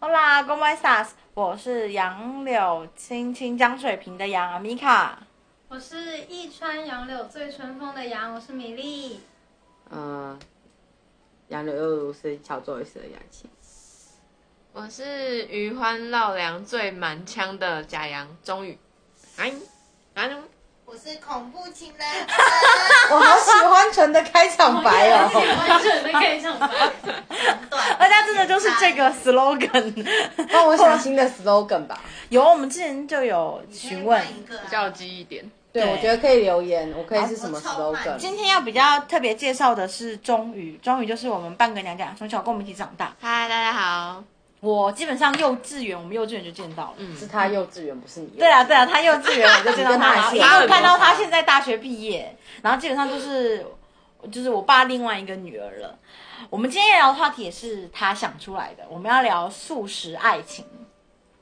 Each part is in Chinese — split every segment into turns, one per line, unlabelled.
Hola, g o m y stars？我是杨柳青青江水平的杨阿米卡。
我是一川杨柳醉春风的杨，我是米粒。
呃，杨柳又如是，乔作一时的雅琪。
我是余欢绕梁最满腔的假洋终于，哎，哎，
我是恐怖 情人，
我好喜欢纯的开场白哦，
完全的可以上班。
短
大家真的就是这个 slogan。
帮哦我想新的 slogan 吧。
有，我们之前就有询问。
一个啊
比较有记忆点。
对，
对
我觉得可以留言，我可以是什么
好我超慢
slogan？
今天要比较特别介绍的是钟宇，钟宇就是我们半个娘家，从小跟我们一起长大。
嗨，大家好，
我基本上幼稚园，我们幼稚园就见到了。嗯，
是他幼稚园，不是你幼稚园。
对啊，对啊，他幼稚园我就见到他，然后一路看到他现在大学毕业，然后基本上就是就是我爸另外一个女儿了。我们今天要聊的话题也是他想出来的，我们要聊素食爱情。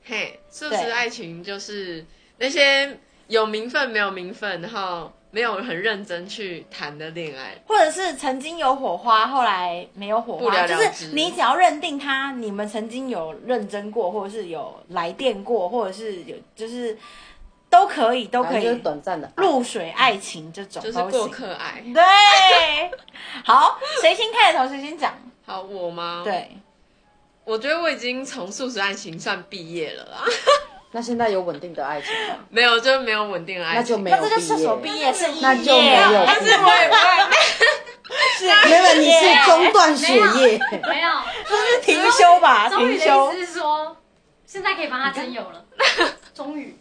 嘿，素食
对
爱情就是那些有名分没有名分，然后没有很认真去谈的恋爱。
或者是曾经有火花，后来没有火
不
花，
了了
就
之
是你只要认定他，你们曾经有认真过，或者是有来电过，或者是有就是都可以，都
反
可
正就是
以
短暂的爱。
露水爱情这种
就是
都
过
行。
客爱，
对， 好，谁先开头谁先讲。
好我吗？，
对，
我觉得我已经从素食爱情算毕业了 啦，
那现在有稳定的爱情吗？
没有就没有稳定的爱
那就
情，
没
那
有
这就射手毕
业。
业是一
那就没
业
有
但是
但是我也不爱
没有，你是中断学业，
没有，啊
是停休吧，
终
停
于
休
的。意思是说，现在可以帮他征友了。终于，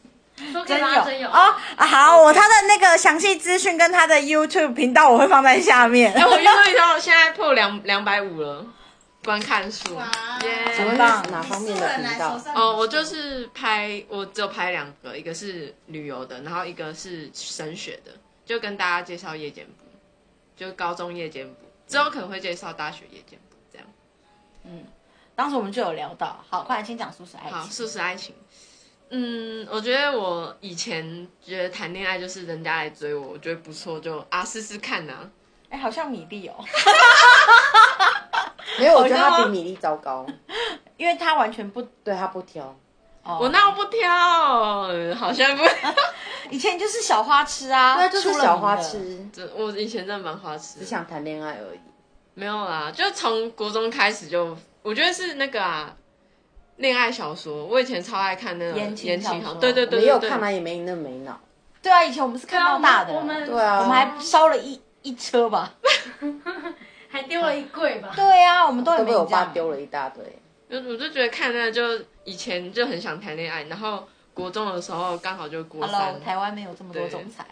说可以
真
帮他征
有
友
哦，啊好，我他的那个详细资讯跟他的 YouTube 频道我会放在下面。
哎、我运动一条现在破两两百五了，观看数
哇。
耶
请问
棒
是哪方面
你素
的
人来
频
手
道？
上
哦，我就是拍，我只有拍两个，一个是旅游的，然后一个是升学的，就跟大家介绍夜间部，就高中夜间部，之后可能会介绍大学夜间部这样。
当时我们就有聊到，好，快来先讲素食爱
好，
情。
素食爱情。嗯，我觉得我以前觉得谈恋爱就是人家来追我，我觉得不错就啊试试看呐、啊。
哎，好像米粒哦，
没有，我觉得他比米粒糟糕，
因为他完全不，
对他不挑。
哦、
我那我不挑，好像不，
以前就是小花痴啊，
对，就是
出了
小花
名的。
痴，
这我以前真的蛮花痴
只
的。
想谈恋爱而已。
没有啦，就从国中开始就，我觉得是那个啊，恋爱小说。我以前超爱看那种
言情小说
对对对
没
对
有
对。
看
啊
来也没那没脑。
对啊，以前我们是
对
看
啊，
到
我
大
们
的，
我们
对啊
我们还烧了一一车吧。
还丢了一柜吧。
对啊，我们都
都
有
被我爸丢了一大堆。
就我就觉得看那个就以前就很想谈恋爱，然后国中的时候刚好就国三
Hello，，台湾没有这么多总裁。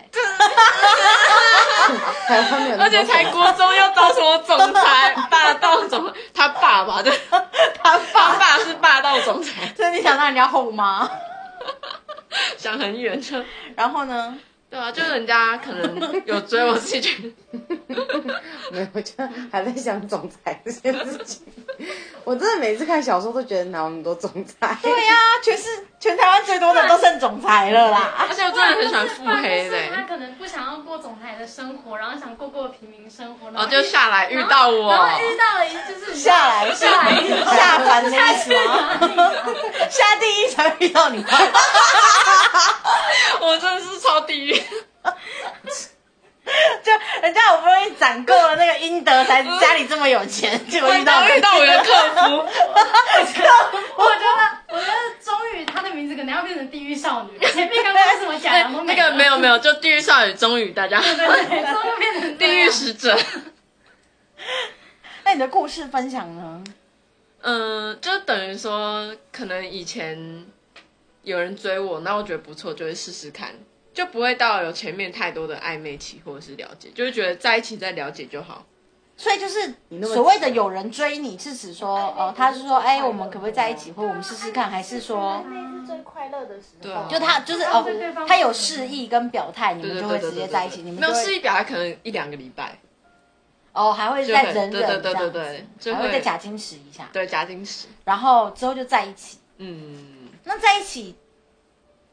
台湾没有那么
而
多
且
种，
才国中要当什么总裁，霸道总他爸爸的，
他
他爸是霸道总裁，
所以你想让人家哄吗？
想很远就
然后呢？
对啊，就人家可能有追我自己觉得。
没有，我就还在想总裁这件事情。我真的每次看小说都觉得哪有那么多总裁？
对呀、全是全台湾最多的都剩总裁了啦。
而且我真的很喜欢腹黑的、
就是他可能不想要过总裁的生活，然后想过过平民生活，然
然
后
哦后就下来遇到我，
然后遇到了就是
下来
下来
下凡的意思吗？ 下地狱才遇到你吧。
我真的是超地狱，
就人家好不容易攒够了那个阴德，才家里这么有钱，结果遇到
遇
你。
到我的客服，
我觉得，我觉得终于他的名字可能要变成地狱少女。前啊面刚刚是什么假
哎
洋葱？
那个没有没有，就地狱少女终于大家
对啊对对，终于变成
地狱使者，
那你的故事分享呢？
嗯、就等于说可能以前有人追我，那我觉得不错，就会试试看，就不会到有前面太多的暧昧期或者是了解，就是觉得在一起再了解就好。
所以就是
那么
所谓的有人追你，是指说，呃，他是说，哎、我们可不可以在一起，或者我们试试看，还是说，
那是最快乐的时候，
对啊
就他就是哦
对对方，
他有示意跟表态，你
对
们
对
就
对
会
对
直
对
接
对
在一起，你们
没
就
有
会
试一表，还可能一两个礼拜，
哦，还会
就
再
很
忍忍
对对对对
这样
对
子，
就
还会
会
再假矜持一下，
对夹金石，
然后之后就在一起。
嗯，
那在一起，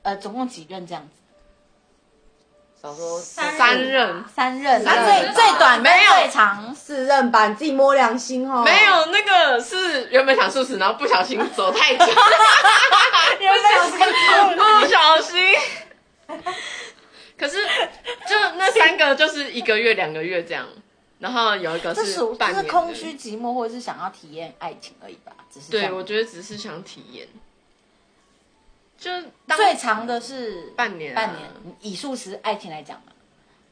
呃，总共几任这样子？
小说
三
三任
三任，那最
任吧
最短
啊没有
跟最长，
四任版，自己摸良心哦。
没有，那个是原本想素食，然后不小心走太 久，
原本是
不小心。 可是就那三个就是一个月、两个月这样，然后有一个
这
是
属
半
这
年
是
的
空虚。寂寞，或者是想要体验爱情而已吧，只是这
对，
样
我觉得只是想体验，就当
最长的是
半年啊
半年以数值爱情来讲嘛，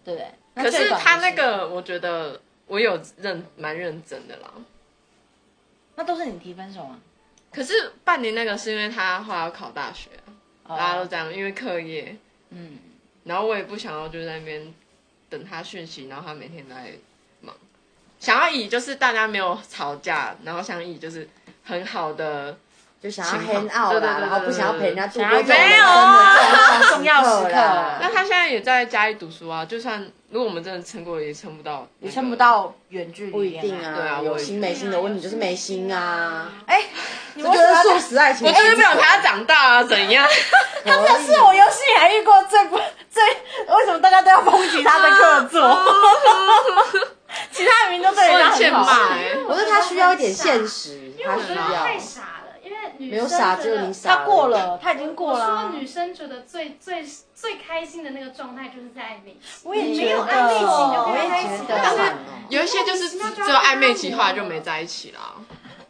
对不对？那
可
最
是
短的
他那个，我觉得我有认蛮认真的啦。
那都是你提分手啊，
可是半年那个是因为他后来要考大学啊、
哦
大家都这样，因为课业，
嗯，
然后我也不想要就在那边等他讯息，然后他每天都在忙，想要以就是大家没有吵架，然后想以就是很好的，
就想要
情况
hang out
对对对
啦，
对
然后不想要陪人家度过这种
想要没
人
有
生
啊
的这种
重要时刻
啦
那他现在也在家里读书啊，就算如果我们真的撑过，也撑不到、
也撑不。到远距离，
不一定啊，
对啊
有
我
心没心的问题就是没心啊，
哎，你
这
为
就
什么
是
要
素食爱情。
我哎就是没有陪他长大啊，怎 样？
他
这是我游戏里还遇过最不最为什么大家都要抨击他的客
啊
座？ 其他明明都对
我
人
很
哎
欠
家很好，
骂、欸。
我觉得他需要一点现实，
因为
他
我觉
需
得他
要
太傻了，因为女生
没有傻，
觉
只有
得
你傻。
他过，了，他已经过了
我说
啊。
女生觉得最最最开心的那个状态就是在暧昧期，
我也
没
觉
有
得，
暧昧期你就
我
跟他在一
也
起
觉
好
得
惨哦
有一些就是只只有暧昧期，后来就没在一起啦。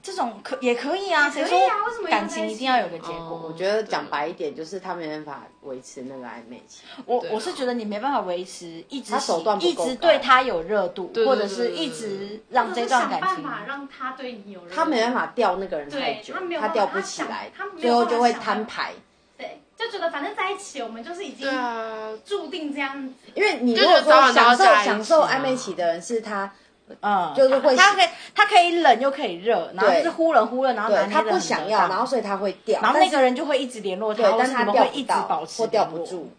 这种可也可以啊。谁
可以啊
说
为什么要
感情一定要有个结
哦
果？
我觉得讲白一点，就是他没办法维持那个暧昧期。
我
对啊
我是觉得你没办法维持一直
他手段不够
一直对他有热度，
对对对
或者是一直让这段感
或者是
情
想办法让他对你有热
他没办
情
法吊那个人太
对
久
他没，有
他
办法
吊不起来
他想，他没
最
有
后
办法
就会摊牌。
对，就觉得反正在一起，我们就是已经
对啊，
注定这样子。
因为你如果
就是早
说
晚都要
享受
在一起嘛
享受暧昧期的人是他，
嗯，
就是会
他可以他可以冷又可以热，然后
对
就是忽冷忽热，然后拿
对
捏
他
得
不
很
想
得
要，
当
然后所以他会掉，
然后
但
那
是
个人就会一直联络他，
对，
或
但
是
是
你
他
们
吊
会
不
一直
到
保持
或吊
联
不
络
住，，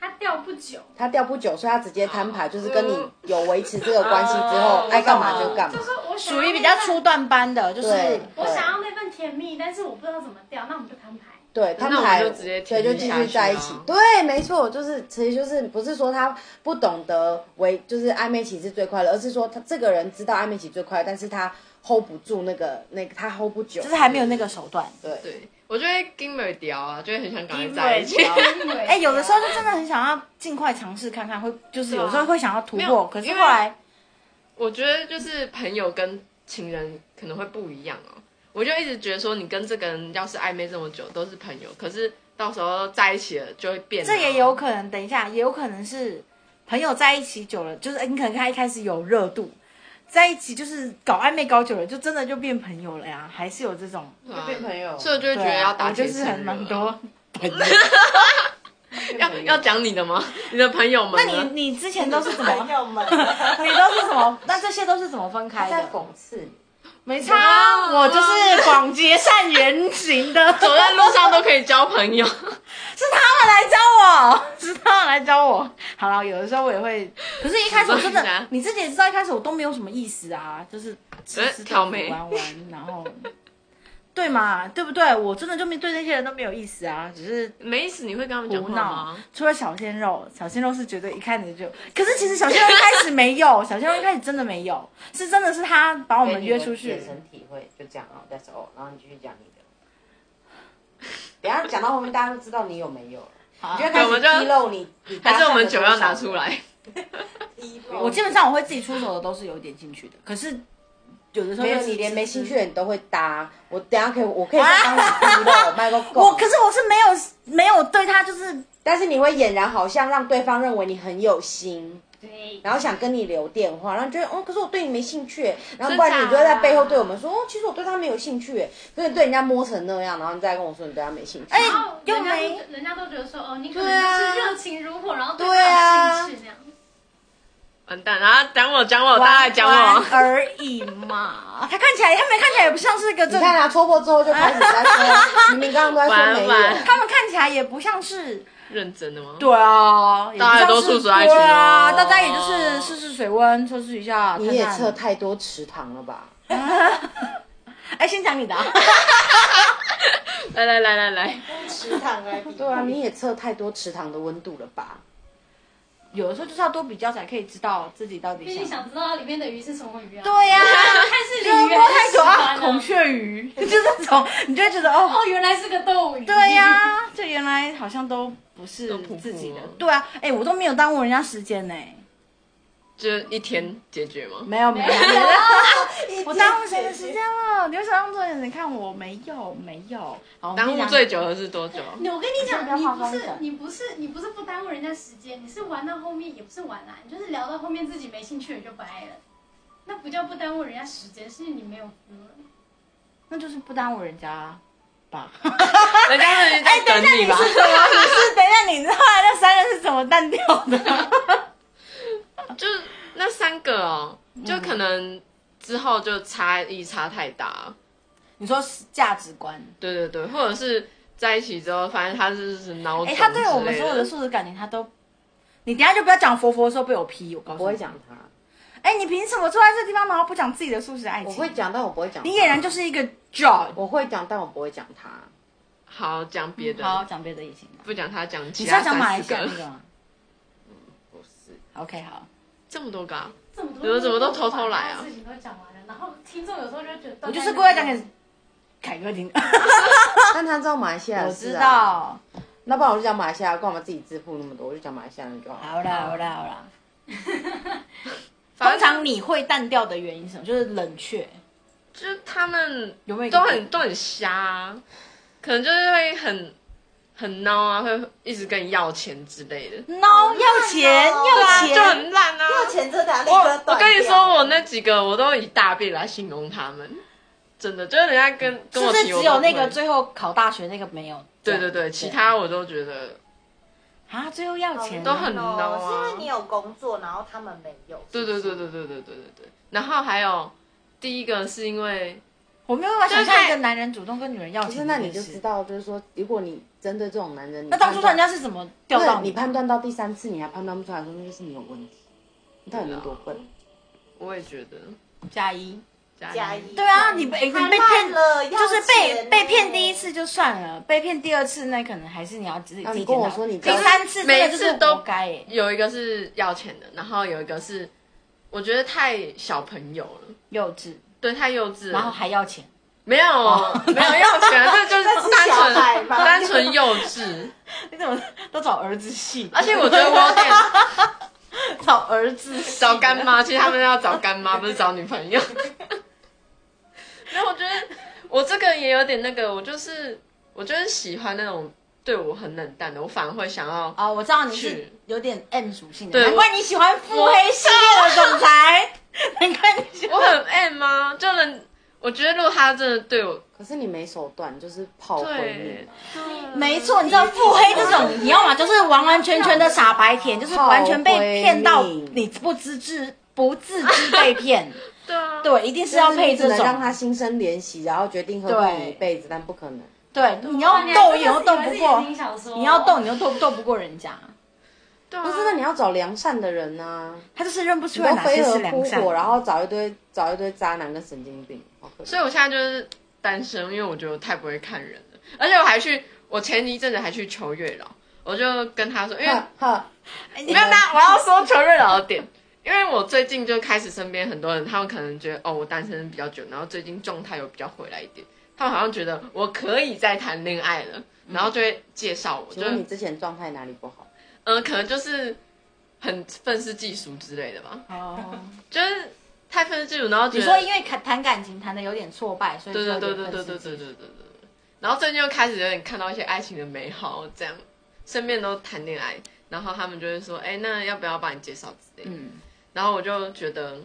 他吊不久，
他吊不久，所以他直接摊牌，就是跟你
嗯
有维持这个关系之
哦
后，爱干嘛
我懂
就干
就
嘛。
是我想
属
要
于比较
那份
初，段班的，就是
对
我想要那份甜蜜，但是我不知道怎么调，那我们就摊牌。
对，摊
那我
牌
们就直接
对，
甜
就
蜜
继
下
续
去
在一
啊
起。对，没错，就是其实就是不是说他不懂得为就是暧昧期是最快乐，而是说他这个人知道暧昧期最快乐，但是他 hold 不住那个那个他 hold 不久，
就是还 没有那个手段。
对。
对，我就会跟美屌啊，就会很想赶快在一 起。
哎、
哎
有的时候就真的很想要尽快尝试看看，会就是啊有时候会想要突
没
破，
有
可是
因为
后来
我觉得就是朋友跟情人可能会不一样哦。我就一直觉得说，你跟这个人要是暧昧这么久都是朋友，可是到时候在一起了就会变、
这也有，可能，等一下也有可能是朋友在一起久了，就是哎你可能他一开始有热度，在一起就是搞暧昧搞久了，就真的就变朋友了呀，还是有这种。
就
变朋友
所以我就会觉
对
得要
啊，
打
我就
铁
是
趁
很
热
蛮多。
要要讲你的吗？你的朋友们
那
呢？
你 你之前都是 怎么？
朋友们，
你都是怎么？那这些都是怎么分开的？
刺你。
没差啊，我就是 广结善缘型 的，
走在路上都可以交朋友，
是他们来教我， 是他们来教我。好了，有的时候我也会， 可是一开始我真
你说一
的
下，
你自己也知道，一开始我都没有什么意思啊，就是吃吃
挑
豆
眉
腐玩玩，然后。对嘛，对不对？我真的就没对那些人都没有意思啊，只是
没意思，你会跟他们讲
胡
话
闹
吗？。
除了小鲜肉，小鲜肉是绝对一看你就，可是其实小鲜肉一开始没有， 小鲜肉一开始真的没有，是真的是他把我
哎
们约出去
眼，神体会就这样哦，That's all，然后你继续讲你的。等一下讲到后面，大家都知道你有没有了，
啊
你就会开
我
始
们就
披露你。你搭讪
还是我们
的
酒
多
要
少
拿出
人？
来？
我基本上我会自己出手的都是有点兴趣的，可是有的时候
没有，
就是啊
你连没兴趣的你都会搭。我等一下可以，我可以再帮你 披露，卖个够。
我可是我是没有没有对他就是
但是你会俨然好像让对方认为你很有心，
对，
然后想跟你留电话，然后觉得哦，可是我对你没兴趣，然后
真
不然你就会在
假
背后
啊
对我们说，哦，其实我对他没有兴趣，可是你对人家摸成那样，然后你再跟我说你对他没兴趣。
哎
然后
又
人家
没
都人家都觉得说哦，你可
对
能
啊
是热情如火，然后
对啊
他有兴趣那样。
完蛋，然后讲我讲我，大家讲我
玩。而已嘛。啊他看起来他们看起来也不像是个
你
正，
看他啊戳破之后就开始 在说，明明刚刚都在说没有，
玩玩
他们看起来也不像是
认真的吗？
对啊，
大家都
也不像是
素食爱情哦
对啊，大家也就是试试水温，测试一下。
你也
看看
测太多池塘了吧？
哎，先讲你的啊，
来来来来来，
食堂来比，
啊
对啊，你也测太多池塘的温度了吧？
有的时候就是要多比较才可以知道自己到底
毕竟想知道它里面的鱼是什么鱼啊？
对呀、
看是
就是
鲤鱼
摸
还
太
是石
久
斑
啊，
啊
孔雀鱼， 就是这种，你就会觉得哦，
哦，原来是个斗鱼。
对啊 呀、就原来好像都不是
普普
自己的
哦。
对啊，哎、我都没有耽误人家时间呢、
就是一天解决吗？
没有没有， 我耽误谁的
的
时间了？你为什么要这样？你看我没有没有，好，
耽误最久的是多久？
你我跟你
你先
讲，
不
你
要
不
画风
是
筝
你不是你不是不耽误人家时间，你是玩到后面也不是玩啦、你就是聊到后面自己没兴趣了就不爱了，那不叫不耽误人家时间，是你没有 feel 了。
那就是不耽误人家 吧。
人家是
哎
在等你吧？
你是等一下，你知道那三个是怎么淡掉的？
就是那三个哦，
嗯
就可能之后就差异差太大。
你说是价值观？
对对对，或者是在一起之后发现他是是孬种
哎、他对我
之
们
类
所有的素质感情，他都。你等一下就不要讲佛佛的时候被我批，我告诉你。
不会讲。他，
哎、你凭什么坐在这地方，然后不讲自己的素质爱情？
我会。讲，但我不会讲他。
你俨然就是一个 job。
我会讲，但我不会讲他。
好讲别的，
嗯好，讲别的也行。
不讲他讲其
你是要
他
讲马来
三
西
四
亚那
个，
个吗
不是，
？OK，好。
这么多个啊，
这么多，
你们怎么都偷偷来啊
事情都讲完了，然后听众有时候就觉得，
我就是故意讲给凯哥听。
但他知道马来西亚
我
的事
知
啊。
道。
那不然我就讲马来西亚，干嘛自己自负那么多？我就讲马来西亚人就好
好
了。
啦，好啦，好啦。通
反正
常你会淡掉的原因是什么？就是冷却，
就是他们
有没有一个
都很都很瞎、啊，可能就是会很很孬啊，会一直跟你要钱之类的，
no 要钱要
就
钱，
很烂啊。
钱真的要立刻
我
断
我跟你
掉
说，我那几个我都以大便来形容他们，真的就是人家跟
是
跟我
不是
提，我
只
都
有那个
不会
最后考大学那个没有？
对对对，其他我都觉得
啊，最后要钱
都很孬啊
哦是因为你有工作，然后他们没有。
对对
啊
对对对对对对对。然后还有第一个是因为
我没有办法想象一
就是
个
太
男人主动跟女人要
不是，
钱
那
这
你
件
就知
事。
道，就是说，如果你针对这种男人，
那当初
判断
人家是怎么钓
不
到
是你判
的？
断到第三次，你还判断不出来，说那就是你有问题。你到底有多笨？
嗯
我也觉得
加一。
加一。
对啊，你被你
太
被骗
慢了，就
就是被被骗第一次就算了，被骗第二次那可能还哦是你要自己
啊
自己
你跟我
检讨
说你
第三次真的
每
就
次
是
都
活该耶。
有一个是要钱的，然后有一个是我觉得太小朋友了，
幼稚，
对，太幼稚了。
然后还要钱，
没有、没有要钱，这就是单
小孩
纯
嘛
单纯幼稚。
你怎么都找儿子 戏？
而且我觉得我有 点
找儿子戏
找干妈，其实他们要找干妈，不是找女朋友。然后我觉得我这个也有点那个，我就是我就是喜欢那种对我很冷淡的，我反而会想要
啊、我知道你
是
是有点 M 属性的，
对
难怪你喜欢腹黑系列的总裁， 难怪你喜欢。
我很 M 吗？就能我觉得如果他真的对我，
可是你没手段，就是炮灰你
对
嘛。，
没错，你知道腹黑这种，你要么就是完完全全的傻白甜，就是完全被骗到
好闺蜜
你不自知不自知被骗，
对啊，
对，一定是要配
就
这
是你只能让他
种。
心生怜惜，然后决定呵护
对
你一辈子，但不可能。
对，啊你要斗也又斗不过，你要斗你又斗斗不过人家，
对啊，
不是，那你要找良善的人啊，
他就是认不出
你
来
都
哪
飞
些
蛾
是
扑
良善
火，
的。
然后找一堆找一堆渣男跟神经病，好可怜
所以我现在就是单身，因为我觉得我太不会看人了，而且我还去，我前一阵子还去求月老，我就跟他说，因为
呵 呵，
没有那我要说求月老的点，因为我最近就开始身边很多人，他们可能觉得哦，我单身比较久，然后最近状态有比较回来一点，他们好像觉得我可以再谈恋爱了，然后就会介绍我，
嗯
就
请问你之前状态哪里不好？
嗯、呃可能就是很愤世嫉俗之类的吧，
哦，
就是太愤世嫉俗，然后觉
你
得
说因为谈谈感情谈的有点挫败，所以
对
说
对
有
对
点
对对
愤
对
世
对
嫉
对
俗
对对对。然后最近又开始有点看到一些爱情的美好，这样身边都谈恋爱，然后他们就会说，哎，那要不要帮你介绍之类的？
嗯。
然后我就觉得，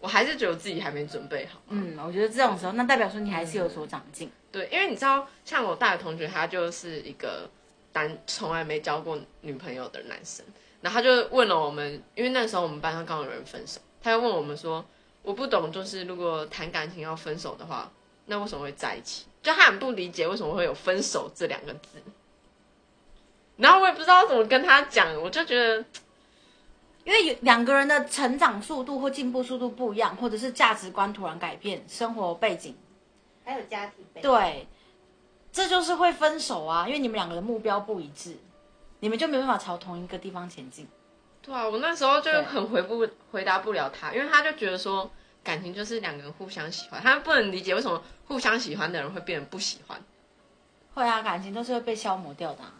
我还是觉得我自己还没准备好。
嗯，我觉得这种时候，那代表说你还是有所长进。
对，因为你知道，像我大学同学，他就是一个单从来没交过女朋友的男生，然后他就问了我们，因为那时候我们班上刚好有人分手，他就问我们说，我不懂，就是如果谈感情要分手的话，那为什么会在一起？就他很不理解为什么会有分手这两个字，然后我也不知道怎么跟他讲，我就觉得
因为有两个人的成长速度或进步速度不一样，或者是价值观突然改变，生活背景，
还有家庭背景，
对，啊这就是会分手啊。因为你们两个的目标不一致，你们就没办法朝同一个地方前进。
对啊，我那时候就
对
很回不回答不了他，因为他就觉得说感情就是两个人互相喜欢，他不能理解为什么互相喜欢的人会变得不喜欢。
会啊，感情都是会被消磨掉的啊、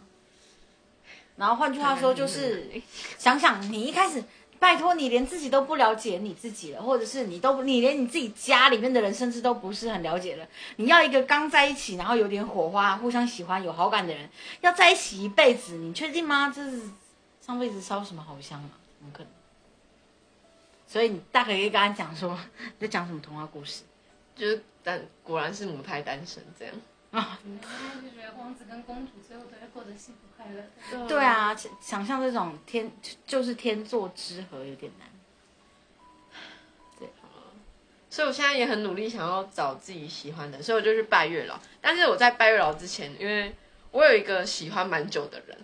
然后换句话说，就是想想你一开始，拜托你连自己都不了解你自己了，或者是你都不你连你自己家里面的人甚至都不是很了解了。你要一个刚在一起，然后有点火花、互相喜欢、有好感的人，要在一起一辈子，你确定吗？这是上辈子烧什么好香啊？怎么可能？所以你大可以跟他讲说，你在讲什么童话故事
就是但果然是母胎单身这样。
啊？
嗯现在就觉得王子跟公主最后都会过得幸福快乐的。
对，啊，想想象这种天就是天作之合有点难。
所以我现在也很努力想要找自己喜欢的，所以我就去拜月老。但是我在拜月老之前，因为我有一个喜欢蛮久的人，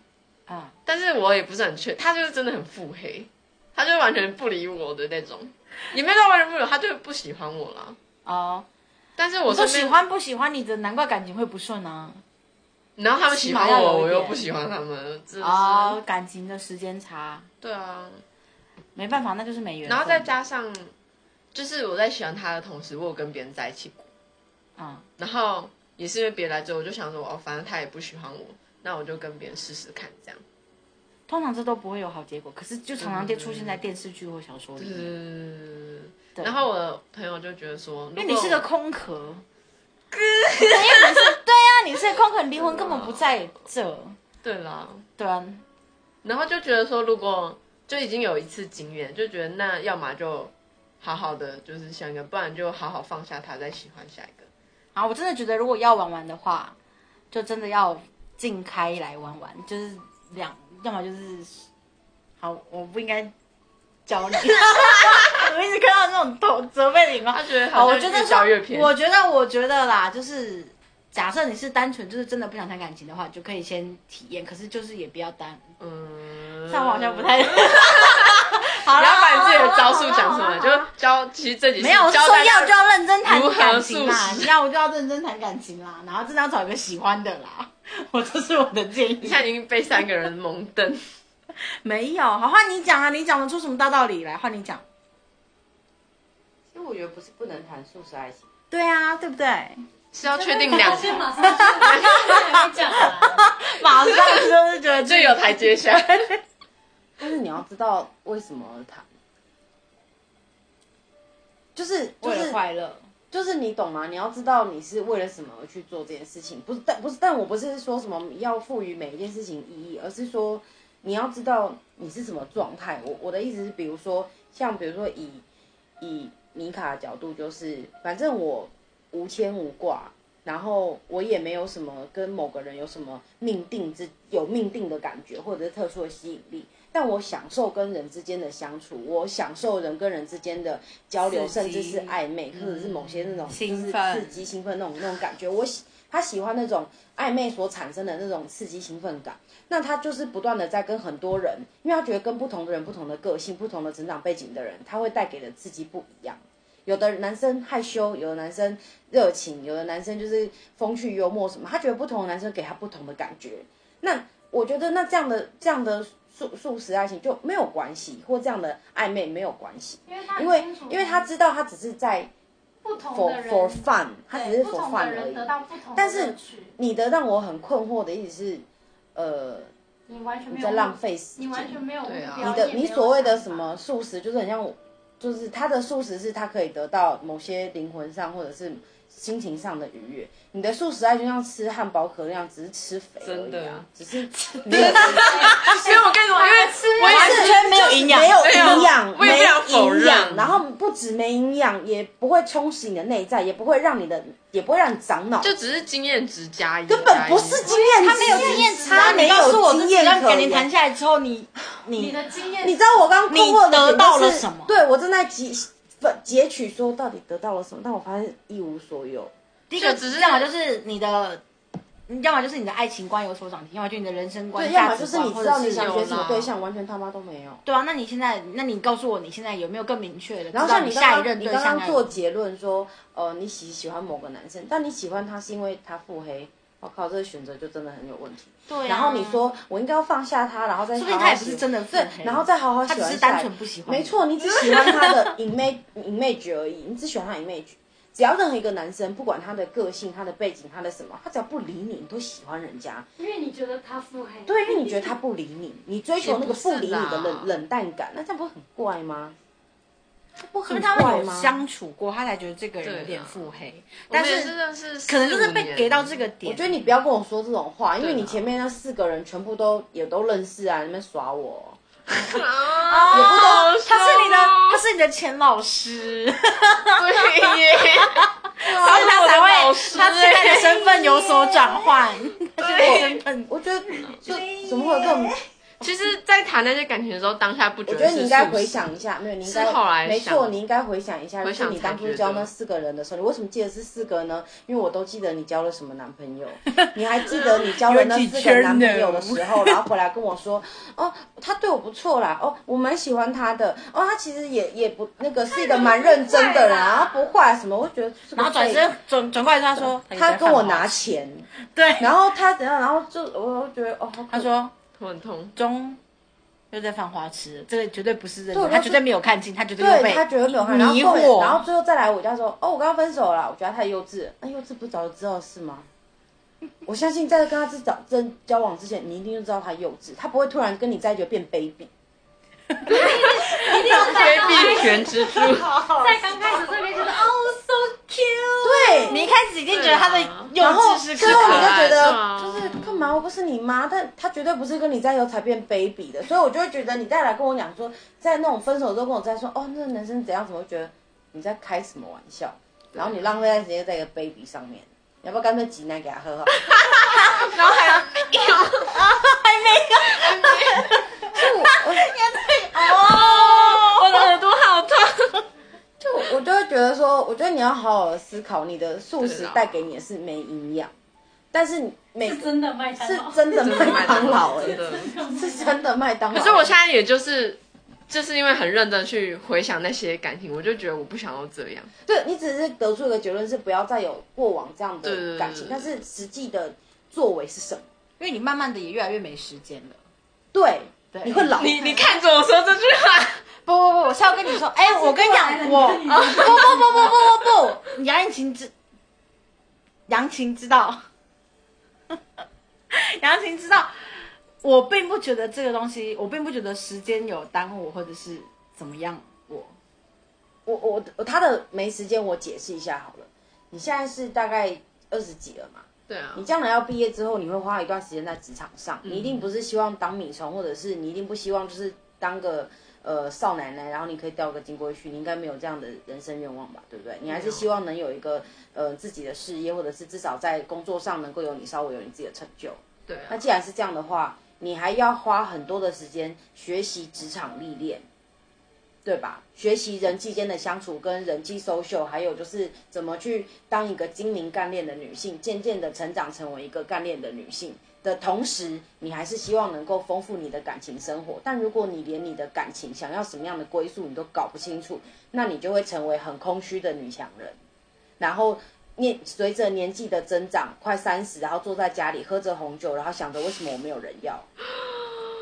啊，
但是我也不是很确，他就是真的很腹黑，他就完全不理我的那种，也没有到完全不理我，他就不喜欢我啦。
哦，
但是我
我说
身
喜
边，
欢不喜欢你的，难怪感情会不顺啊。
然后他们喜欢
起码要有一
我，我
点
又不喜欢他们，真的是，
哦，感情的时间差，
啊对啊。
没办法，那就是没缘分。
然后再加上，就是我在喜欢他的同时，我有跟别人在一起过，
啊、
然后也是因为别人来追我，我就想说，哦，反正他也不喜欢我，那我就跟别人试试看，这样。
通常这都不会有好结果，可是就常常就出现在电视剧或小说里。
嗯，
对
然后我的朋友就觉得说，因
因为你是个空壳，因为你是对啊，你是个空壳，灵魂根本不在这。
对啦，
对啊，
然后就觉得说，如果就已经有一次经验，就觉得那要么就好好的就是想一个，不然就好好放下他，再喜欢下一个。
啊，我真的觉得如果要玩玩的话，就真的要近开来玩玩，就是两，要么就是，好，我不应该教你， 我一直看到那种头责备的眼光
他。哦觉得
好，
好像
我觉得
越教越
说，
偏
我觉得，我觉得啦，就是假设你是单纯就是真的不想谈感情的话，就可以先体验，可是就是也不要单，
嗯，
这样我好像不太。 好
不
啦
要把你自己的招数讲
好
出
啦好啦
来，
好啦
就教。其实这集是
没有，我是
教
说
大家
要就要认真谈
如何
感情啦，
素食
要就要认真谈感情啦，然后真的要找一个喜欢的啦。我这是我的建
你
议。
现在已经被三个人蒙瞪。
没有，好换你讲啊，你讲得出什么大道理来？换你讲。
其实我觉得不是不能谈素食爱情，
对啊，对不对？
是要确定两
现在马上就还没讲完，
马上 就是觉得
就有台阶下，
但是你要知道为什么而谈，就是 就
为了
是
快乐。
就是你懂吗？你要知道你是为了什么而去做这件事情，不是但不是但我不是说什么要赋予每一件事情意义，而是说你要知道你是什么状态。我我的意思是，比如说像比如说以以米卡的角度，就是反正我无牵无挂，然后我也没有什么跟某个人有什么命定之有命定的感觉，或者是特殊的吸引力。但我享受跟人之间的相处，我享受人跟人之间的交流，
刺
甚
激
至是暧昧，或者是某些那种就是
兴奋
刺激兴奋那种那种感觉。我喜他喜欢那种暧昧所产生的那种刺激兴奋感。那他就是不断的在跟很多人，因为他觉得跟不同的人、不同的个性、不同的成长背景的人，他会带给的刺激不一样。有的男生害羞，有的男生热情，有的男生就是风趣幽默什么，他觉得不同的男生给他不同的感觉。那我觉得那这样的这样的素素食爱情就没有关系，或这样的暧昧没有关系，
因为他很
因为
清楚
因为他知道他只是在
不同
for
的人
for fun，他只
对
是
不
for
同
fun
的
而
人
已
得。到不同的
但是
乐趣
你的让我很困惑的意思是，呃，
你完全没
你
有
在浪费时
你
间。
完全没有目
对啊
标，
你的
也没
你
有
所谓的
想
什
法
么素食，就是很像我，就是他的素食是他可以得到某些灵魂上或者是心情上的愉悦。你的素食爱就像吃汉堡可乐一样，只是吃肥而
真
已
的
啊，只是没有
所以我跟你说，因为我
完
也是
全啊没有营养，
没有
对啊
营养，
我也
没
不想否
营养，
认
然后不止没营养，也不会充实你的内在，也不会让你的，也不会让你长脑，
就只是经验值加一，
根本不是经验值，
他没有经验值啊，
他没
你告诉
有
我，这
经
几
验
段
可
感情
言
谈下来之后，你
你
你
的经验，
你知道我刚困惑的点就
你
是
得到了什么
对我正在截分截取说到底得到了什么，但我发现一无所有。
第一个
就只是
要么就是你的，要么就是你的爱情观有所长进，要么就你的人生观、
对，要
价
么
值
就是
观，
你
或
知
者
道
是
你想
有
学什么
啦
对象，完全他妈都没有。
对啊，那你现在，那你告诉我，你现在有没有更明确的？
然后
知道
像你刚
下一
刚
任
你
对
刚
象
刚
要
做结论说，呃，你喜喜欢某个男生，但你喜欢他是因为他腹黑，我靠，这个选择就真的很有问题。
对啊
然后你说我应该要放下他，然后再好
说
好
不定他也不
喜
是
欢
真的腹
对
黑，
然后再好好喜
他只
欢下来。
是单纯不喜欢你
没错，你只喜欢他的 image image 而已，你只喜欢他 image。只要任何一个男生，不管他的个性、他的背景、他的什么，他只要不理你，你都喜欢人家。
因为你觉得他腹黑，
对，因为你觉得他不理你，你追求那个不理你的
也不是啦
冷冷淡感，那这样不是很怪吗？这不
可
很
能他们
怪
有
吗？
相处过，他才觉得这个人有点腹黑，但
我们也
是
真的是
可能就是
四五
被
年
给到这个点。
我觉得你不要跟我说这种话，因为
对啦
你前面那四个人全部都也都认识啊，你们耍我。
啊，
哦
好哦
他是你的，
爽
他是你的前老师，
哦对耶，
所以他才
我的老
会，
师
他现在的身份有所转 换，他现在的身份
我觉得
啊
就怎么会有这种？
其实，在谈那些感情的时候，当下不觉
我
得
觉得
是
你应该
素食
回想一下，没有，你应该
是后来
没错，
想
你应该回想一下，就
回
是
想
你当
才
初
觉
交
得
那四个人的时候，你为什么记得是四个呢？因为我都记得你交了什么男 朋友，你还记得你交了那四个男朋友的时候， 然后回来跟我说，哦，他对我不错啦，哦，我蛮喜欢他的，哦，他其实也也不那个是一个蛮认真的人啊，他不坏什么，我觉得是个
然后转
废
身转转过来对他说，
他
也在
跟我
犯
拿
话，
钱，
对，
然后他怎样，然后就我我觉得哦，好可
他说
头很痛。
中又在犯花痴，这个绝对不是认真，
对我
他
就
绝对没有看清，他绝对又
对
被
他觉得没有害，然后
迷
后面，然后
惑，
最后再来我家说，哦，我跟他分手了，我觉得他太幼稚了，那幼稚不是早就知道的事吗？ 我相信在跟他之早真交往之前，你一定就知道他幼稚，他不会突然跟你在一起就变卑鄙。
绝 壁权之柱，
哦
在刚开始这边觉得哦 so cute，
对，
你一开始一定觉得他的
对啊嗯
幼
然后
稚是
最
可
后你
爱
就觉
是
得
吗
就是干嘛？我不是你妈，但他绝对不是跟你在一起才变卑鄙的，所以我就会觉得你再来跟我讲说，在那种分手之后跟我再说，哦，那个男生怎样怎么，我就觉得你在开什么玩笑？然后你浪费在时间在一个 baby 上面，你要不要干脆挤奶给他 喝好了？
然后还没有，
哦，
我的耳朵好痛。
就我就会觉得说，我觉得你要好好地思考，你的素
对
食
啦
带给你的是没营养，但是你每
是
个
真的麦当
是
劳，
真的
真的
麦
麦当
当劳
劳
哎、
真的
是真的麦当劳。欸
可是我现在也就是，就是因为很认真去回想那些感情，我就觉得我不想要这样。
对你只是得出一个结论是不要再有过往这样
对对
的
对
感情，
对
但是实际的作为是什么？
因为你慢慢的也越来越没时间了。
对，
对
你会老。
你你看着我说这句话，
不不不，我是要跟你说，哎、我跟你讲，我
你
啊不不不不不不不，杨晴知，杨晴知道，杨晴知道，我并不觉得这个东西，我并不觉得时间有耽误我，或者是怎么样我。
我我我他的没时间，我解释一下好了。你现在是大概二十几了嘛？
对啊
你，将来要毕业之后，你会花一段时间在职场上，
嗯
你一定不是希望当米虫，或者是你一定不希望就是当个呃少奶奶，然后你可以钓个金龟婿，你应该没有这样的人生愿望吧，对不对？你还是希望能有一个呃自己的事业，或者是至少在工作上能够有你稍微有你自己的成就。
对
那
啊，
既然是这样的话，你还要花很多的时间学习职场历练，对吧？学习人际间的相处跟人际 social，还有就是怎么去当一个精明干练的女性，渐渐的成长成为一个干练的女性。的同时，你还是希望能够丰富你的感情生活。但如果你连你的感情想要什么样的归宿你都搞不清楚，那你就会成为很空虚的女强人。然后年随着年纪的增长，快三十，然后坐在家里喝着红酒，然后想着为什么我没有人要，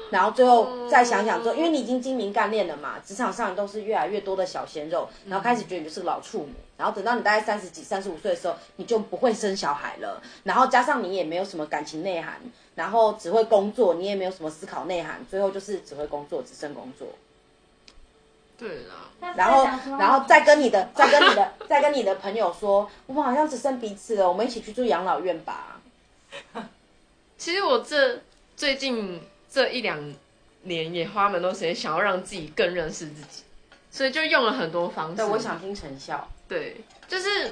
然后最后再想想说，因为你已经精明干练了嘛，职场上都是越来越多的小鲜肉，然后开始觉得你就是个老处女，然后等到你大概三十几、三十五岁的时候，你就不会生小孩了，然后加上你也没有什么感情内涵，然后只会工作，你也没有什么思考内涵，最后就是只会工作，只剩工作。
对啦，
然后，然后再跟你 的，再跟你的，再跟你的朋友说，我们好像只剩彼此了，我们一起去住养老院吧。
其实我这最近这一两年也花蛮多时间想要让自己更认识自己，所以就用了很多方式。
对，我想听成效。
对，就是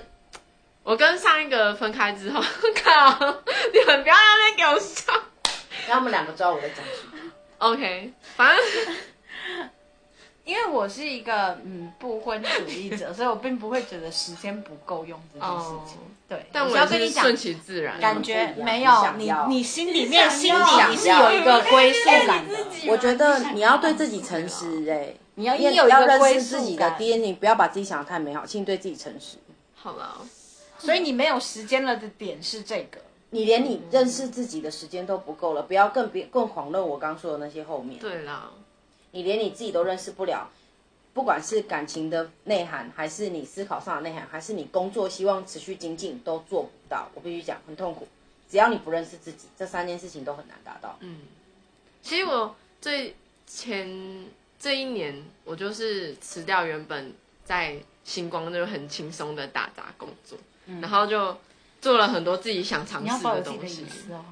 我跟上一个分开之后， 靠，你们不要在那边给我笑。
让他们两个知道我在讲什么。
OK，反正
因为我是一个嗯不婚主义者， 所以我并不会觉得时间不够用这件事情。
哦
对，
但
我
我
是要
也
跟
是
你讲，
顺其自然。
感觉
不一样
没
你
有
想
你
要，
你心里面心
要
底你是有一个归宿感的。
我觉得你要对自己诚实哎、
你要
你也
有一
要
个
认
归
识
宿
自己的
感，
第一，你不要把自己想的太美好，请你对自己诚实。
好了，嗯
所以你没有时间了的点是这个。
你连你认识自己的时间都不够了，不要更别更遑论我刚说的那些后面。
对啦，
你连你自己都认识不了，不管是感情的内涵，还是你思考上的内涵，还是你工作希望持续精进，都做不到。我必须讲，很痛苦。只要你不认识自己，这三件事情都很难达到。
嗯，其实我最前这一年，我就是辞掉原本在星光就是很轻松的打杂工作，然后就做了很多自己想
嗯
尝
你要
试
保有自己
东
的
西
隐。私哦。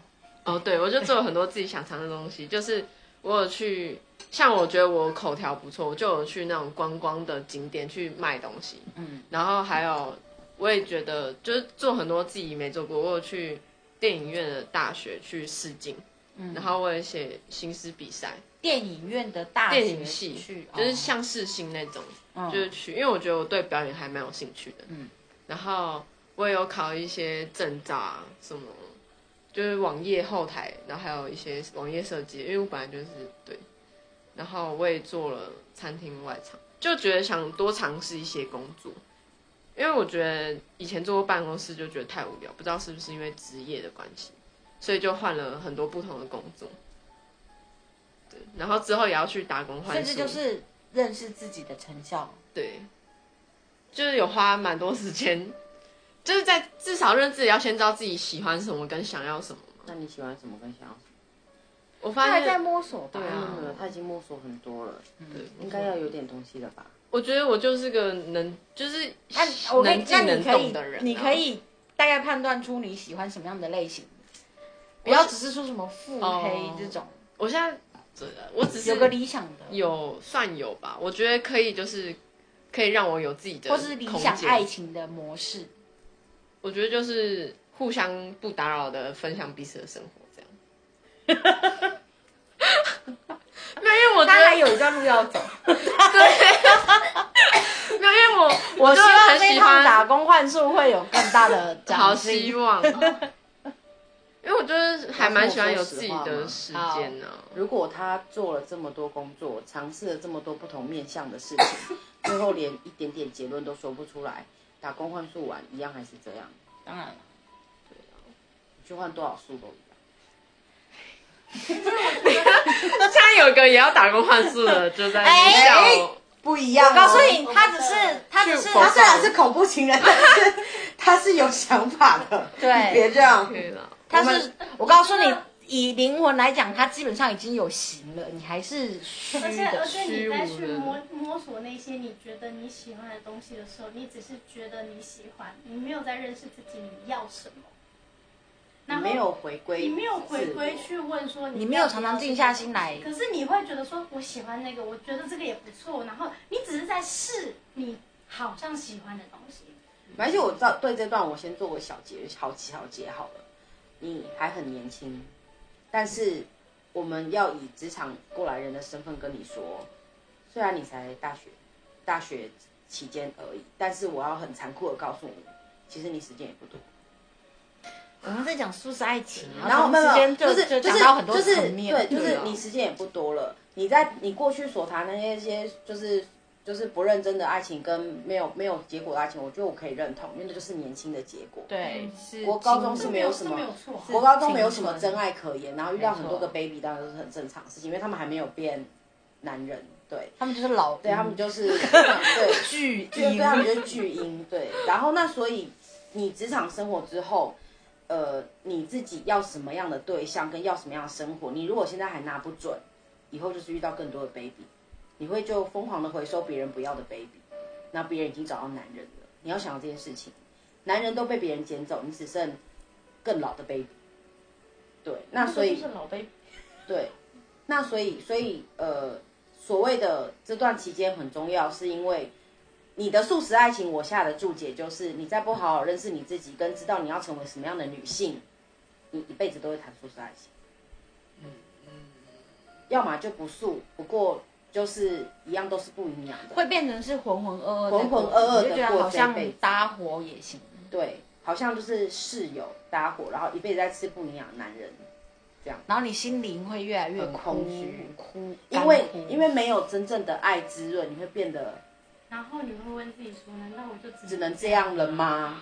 哦，对，我就做了很多自己想尝的东西，就是我有去，像我觉得我口条不错，我就有去那种观光的景点去卖东西，
嗯，
然后还有我也觉得就是做很多自己没做过，我有去电影院的大学去试镜，
嗯
然后我也写新诗比赛，
电影院的大
电影
学
系
去，
就是像试新那种，
哦
就是去，因为我觉得我对表演还蛮有兴趣的，
嗯
然后我也有考一些证照啊，什么就是网页后台，然后还有一些网页设计，因为我本来就是对，然后我也做了餐厅外场，就觉得想多尝试一些工作，因为我觉得以前做过办公室就觉得太无聊，不知道是不是因为职业的关系，所以就换了很多不同的工作。对，然后之后也要去打工换
甚
宿，
至就是认识自己的成效。
对，就是有花蛮多时间，就是在至少认自己要先知道自己喜欢什么跟想要什么嘛。
那你喜欢什么跟想要什么？
我
他
发
还在
现，
摸索吧
对啊
嗯，他已经摸索很多了，
对
应该要有点东西了吧？
我觉得我就是个能，就是
那我可以
能，
那你
静能
可
动
以
的人、，啊嗯
你可。以大概判断出你喜欢什么样的类型，不要只是说什么腹黑
哦
这种，
我现在，这我只是
有个理想的，
有算有吧，我觉得可以，就是可以让我有自己的
或是理
空
想
间
爱。情的模式。
我觉得就是互相不打扰的分享彼此的生活，这样。 没有，因为我觉
他还
得
有一段路要走，
没有，因为 我
我
就
希望
很
这
喜
趟
欢
打工换宿会有更大的
好
奖
希
金。
望， 因为我就是还蛮喜欢有自己
我要跟我
的啊
说
时
实
间呢、
如果他做了这么多工作，尝试了这么多不同面向的事情，最后连一点点结论都说不出来，打工换宿完一样还是这样，
当然了，
去换多少宿都一样。
那现在有个也要打工换宿的，就在
哎
笑
哎
我。
不一样、
我告诉
我
你，
们
他只
的
是他只是
他虽然是恐怖情人，但是他是有想法的。
对
你别这样
可。以了，
他是，我告诉你，以灵魂来讲，他基本上已经有形了，你还是虚
而且而
的。
且你在去
虚无的
摸摸索那些你觉得你喜欢的东西的时候，你只是觉得你喜欢，你没有在认识自己你要什么，
你
然后
没有回归，
你没有回归，去问说你
你没有
要不
常
要
常
这
静
个
下
东
心
西
来
可是你会觉得说我喜欢那个，我觉得这个也不错，然后你只是在试你好像喜欢的东西。
而且我知道对这段我先做个小结，好小结好了。你还很年轻，但是我们要以职场过来人的身份跟你说，虽然你才大学，大学期间而已，但是我要很残酷的告诉你，其实你时间也不多。
我们在讲素食爱情，
然后
我
啊没
啊们之
有没有
间就
就
讲
是是
到很多
就是
层面，
对，就是
对啊
你时间也不多了。你在你过去所谈的那些就是就是不认真的爱情跟没有没有结果的爱情，我觉得我可以认同，因为那就是年轻的结果。
对，是
嗯国高中
经
是
这
没有什么
这没有错啊，
国高中没有什么真爱可言，然后遇到
没错
很多个 baby 当然都是很正常的事情，因为他们还没有变男人，对，
他们就是老，
对他 们就是对
巨
对对，他们就是巨婴，对。然后那所以你职场生活之后，呃，你自己要什么样的对象，跟要什么样的生活，你如果现在还拿不准，以后就是遇到更多的 baby，你会就疯狂的回收别人不要的 baby，那别人已经找到男人了，你要想到这件事情，男人都被别人捡走，你只剩更老的 baby。对，那所以
就是老 baby。
对，那所以所以呃，所谓的这段期间很重要，是因为你的素食爱情，我下的注解就是你再不好好认识你自己，跟知道你要成为什么样的女性，你一辈子都会谈素食爱情。嗯要么就不素，不过就是一样都是不营养的。
会变成是浑浑噩噩在过，
浑浑噩噩地
你就觉得
过
好
这辈
像
子
搭伙也行。
对，好像就是室友搭伙，然后一辈子在吃不营养的男人。
然后你心灵会越来越
很
空
空虚
枯，
因为
干枯
因为没有真正的爱滋润，你会变得
然后你会问自己说，难道我就
只能这样了吗？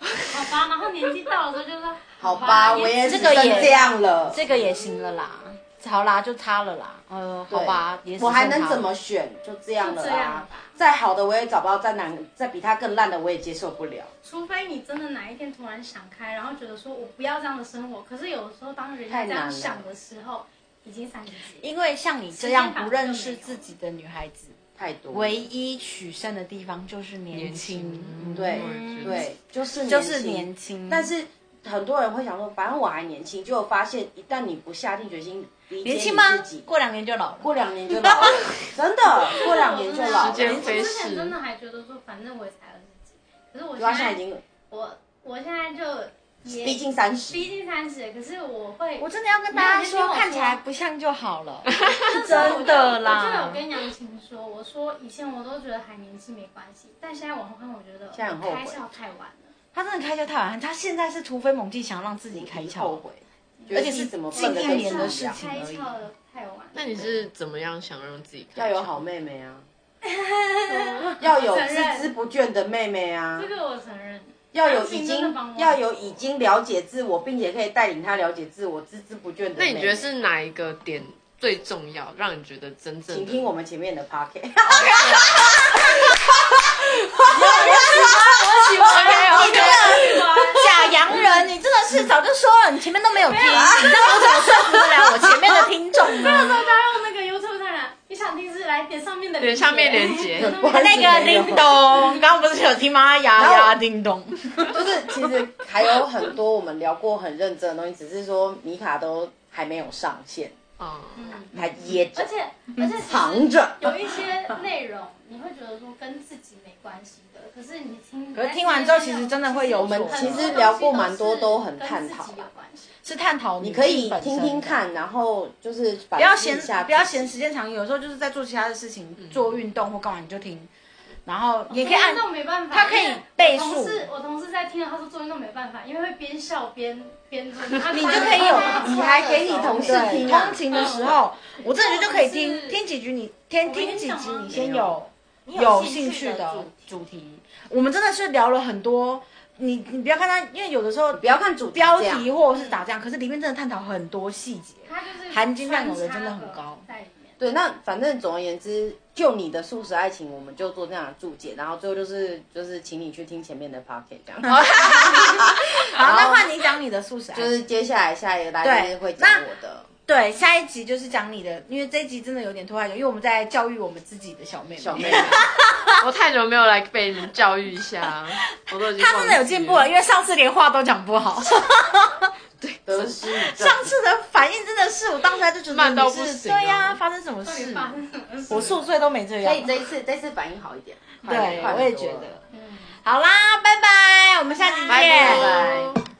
好吧，然后年纪到的时候就说，
好吧，我也只剩这样了，
这个也行了啦，好啦，就差了啦，呃，好吧，也
我还
只剩
能
它了
怎么选？就这样了
就这样了
啦
吧。
再好的我也找不到，再难再比他更烂的我也接受不了。
除非你真的哪一天突然想开，然后觉得说我不要这样的生活。可是有的时候，当人家
太
这
难
样
了
想的时候，已经三十几了。
因为像你这样不认识自己的女孩子，
太多了，
唯一取胜的地方就是年轻，嗯
对
嗯
对，就是
就是
轻
年轻。
但是很多人会想说，反正我还年轻，结果发现一旦你不下定决心理解
年
你
轻吗
自己？，
过两年就老了。
过两年就 老了，真的，过两年就老
时间
了。
飞
我
逝
之前真的还觉得说，反正我也才二十几，可是我
对
现
他现在已
在
经
我我现在就也
逼近三十，
逼近三十，可是我会
我真的要跟大家说，看起来不像就好 了，
我
真
就
的
我就有
啦。
跟杨晴说，我说以前我都觉得还年轻没关系，但现在往后看，我觉得
现在很后悔
开窍太晚了。
他真的开窍太晚，他现在是突飞猛进，想让自己开窍。
后悔，
而
且是
怎么
近
笨的
一
跟
年的
猪一
事
样
情
开
而已
窍的太晚了。
那你是怎么样想让自己
要有
开窍
好妹妹啊，要有
承认
孜孜不倦的妹妹啊
这，个我承认，
要有
亲
已
真的帮
经
我
要有已经了解自我，并且可以带领她了解自我、孜孜不倦的妹妹。
那你觉得是哪一个点最重要，让你觉得真正的？
请听我们前面的 pocket。
喜欢没有
你真的假洋人，你真的是早就说了，你前面都没有听，你
啊
让我怎么说服得了我前面的听众 呢？
大家用那个 YouTube 看啊，你想听是来点上面的
点上面连
接，
接，
那个叮咚，刚刚不是有听吗？呀
然后
呀叮咚，
就是其实还有很多我们聊过很认真的东西，只是说米卡都还没有上线，
哦，
还
嗯
掖
嗯而
着
且而且
藏着。
有一些内容你会觉得说跟自己没关系的，可是你听，
可是听完之后其实真的会有
我们
所
其
得
实聊过蛮多，都很探讨
有
啦。
关系。
是探讨
你
女
可以
性本身
听听看，然后就是不
不要嫌
一下，
不要嫌。时间长，有时候就是在做其他的事情，做运动或干嘛你就听，然后也可以按
做运动没办法，
它可以
因为
倍
我
数
同事我同事在听了，他说做运动没办法，因为会边笑边边做，你就
你就可以有
你还给你同事
对
听啊
通？勤的时候，我这人就可以
我
听
是
听几局你，听
我跟你
听几
讲
集
啊
你先有
你
有
兴
兴趣的
主
主题。我们真的是聊了很多，你你不要看它，因为有的时候
不要看主
标
这样
题或者是打这样，可是里面真的探讨很多细 节。
他就是
含金量有的真的很高
在里面。
对，那反正总而言之，就你的素食爱情，我们就做这样的注解，然后最后就是就是请你去听前面的 pocket 这
啊
样。
好，那换你讲你的素食爱情，
就是接下来下一个大家就是会讲
对那
我的
对下一集就是讲你的，因为这一集真的有点拖太久，因为我们在教育我们自己的小妹妹。
小妹妹。
我太久没有来被你们教育一下，我都已经
她真的有
忘记
进步了，。因为上次连话都讲不好，
得失 与正
上次的反应真的是我当时就觉得
慢到
你
不
是
行哦
对呀、发生什么
到底
事？
发生什么事？
我宿醉都没这样。
所以这一次，这次反应好一点。
对，
快
我也
很多
觉
了
得。好啦，拜拜，我们下期见。
拜
拜
拜。